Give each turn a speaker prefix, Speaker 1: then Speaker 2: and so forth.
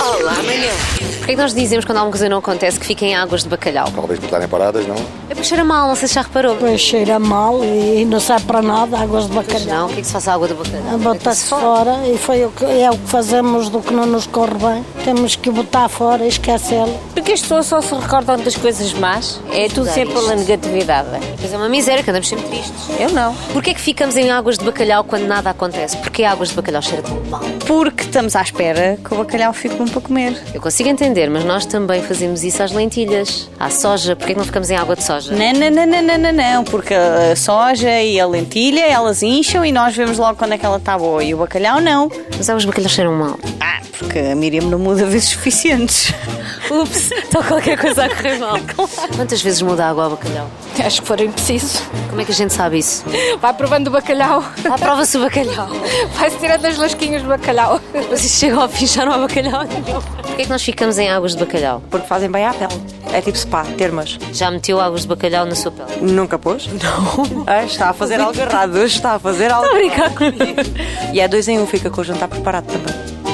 Speaker 1: Olá, amanhã.
Speaker 2: Porquê é que nós dizemos quando alguma coisa não acontece que fica em águas de bacalhau?
Speaker 3: Talvez por estarem paradas, não?
Speaker 2: É porque cheira mal, não sei se já reparou.
Speaker 4: Pois cheira mal e não serve para nada, águas de
Speaker 2: Mas
Speaker 4: bacalhau.
Speaker 2: Não, o que é que se faz à água de
Speaker 5: Ah,
Speaker 2: bacalhau?
Speaker 4: Bota-se fora e foi o que, é o que fazemos do que não nos corre bem. Temos que botar fora e esquecê-lo.
Speaker 5: Porque as pessoas só se recordam das coisas más, é tudo sempre pela negatividade.
Speaker 2: Pois é uma miséria, que andamos sempre tristes.
Speaker 5: Eu não.
Speaker 2: Porquê é que ficamos em águas de bacalhau quando nada acontece? Porque a águas de bacalhau cheira tão mal.
Speaker 5: Porque estamos à espera que o bacalhau fique bom para comer.
Speaker 2: Eu consigo entender, mas nós também fazemos isso às lentilhas, à soja. Porquê é que não ficamos em água de soja?
Speaker 5: Não, não, não, não, não, não, não, porque a soja e a lentilha, elas incham e nós vemos logo quando é que ela está boa. E o bacalhau não.
Speaker 2: Mas águas de bacalhau cheiram mal.
Speaker 5: Ah, porque a Miriam não muda vezes suficientes.
Speaker 2: Ups, está qualquer coisa a correr mal. Quantas vezes muda a água ao bacalhau?
Speaker 1: Acho que for impreciso.
Speaker 2: Como é que a gente sabe isso?
Speaker 1: Vai provando o bacalhau.
Speaker 2: Ah, prova-se o bacalhau.
Speaker 1: Vai-se tirando as lasquinhas do bacalhau.
Speaker 2: Mas isto chega ao fim, já não há bacalhau nenhum. Porquê é que nós ficamos em águas de bacalhau?
Speaker 6: Porque fazem bem à pele. É tipo spa, termas.
Speaker 2: Já meteu águas de bacalhau na sua pele?
Speaker 6: Nunca pôs? Não. está a fazer algo errado. Está a fazer algo.
Speaker 2: Brincar comigo.
Speaker 6: E é dois em um, fica com o jantar preparado também.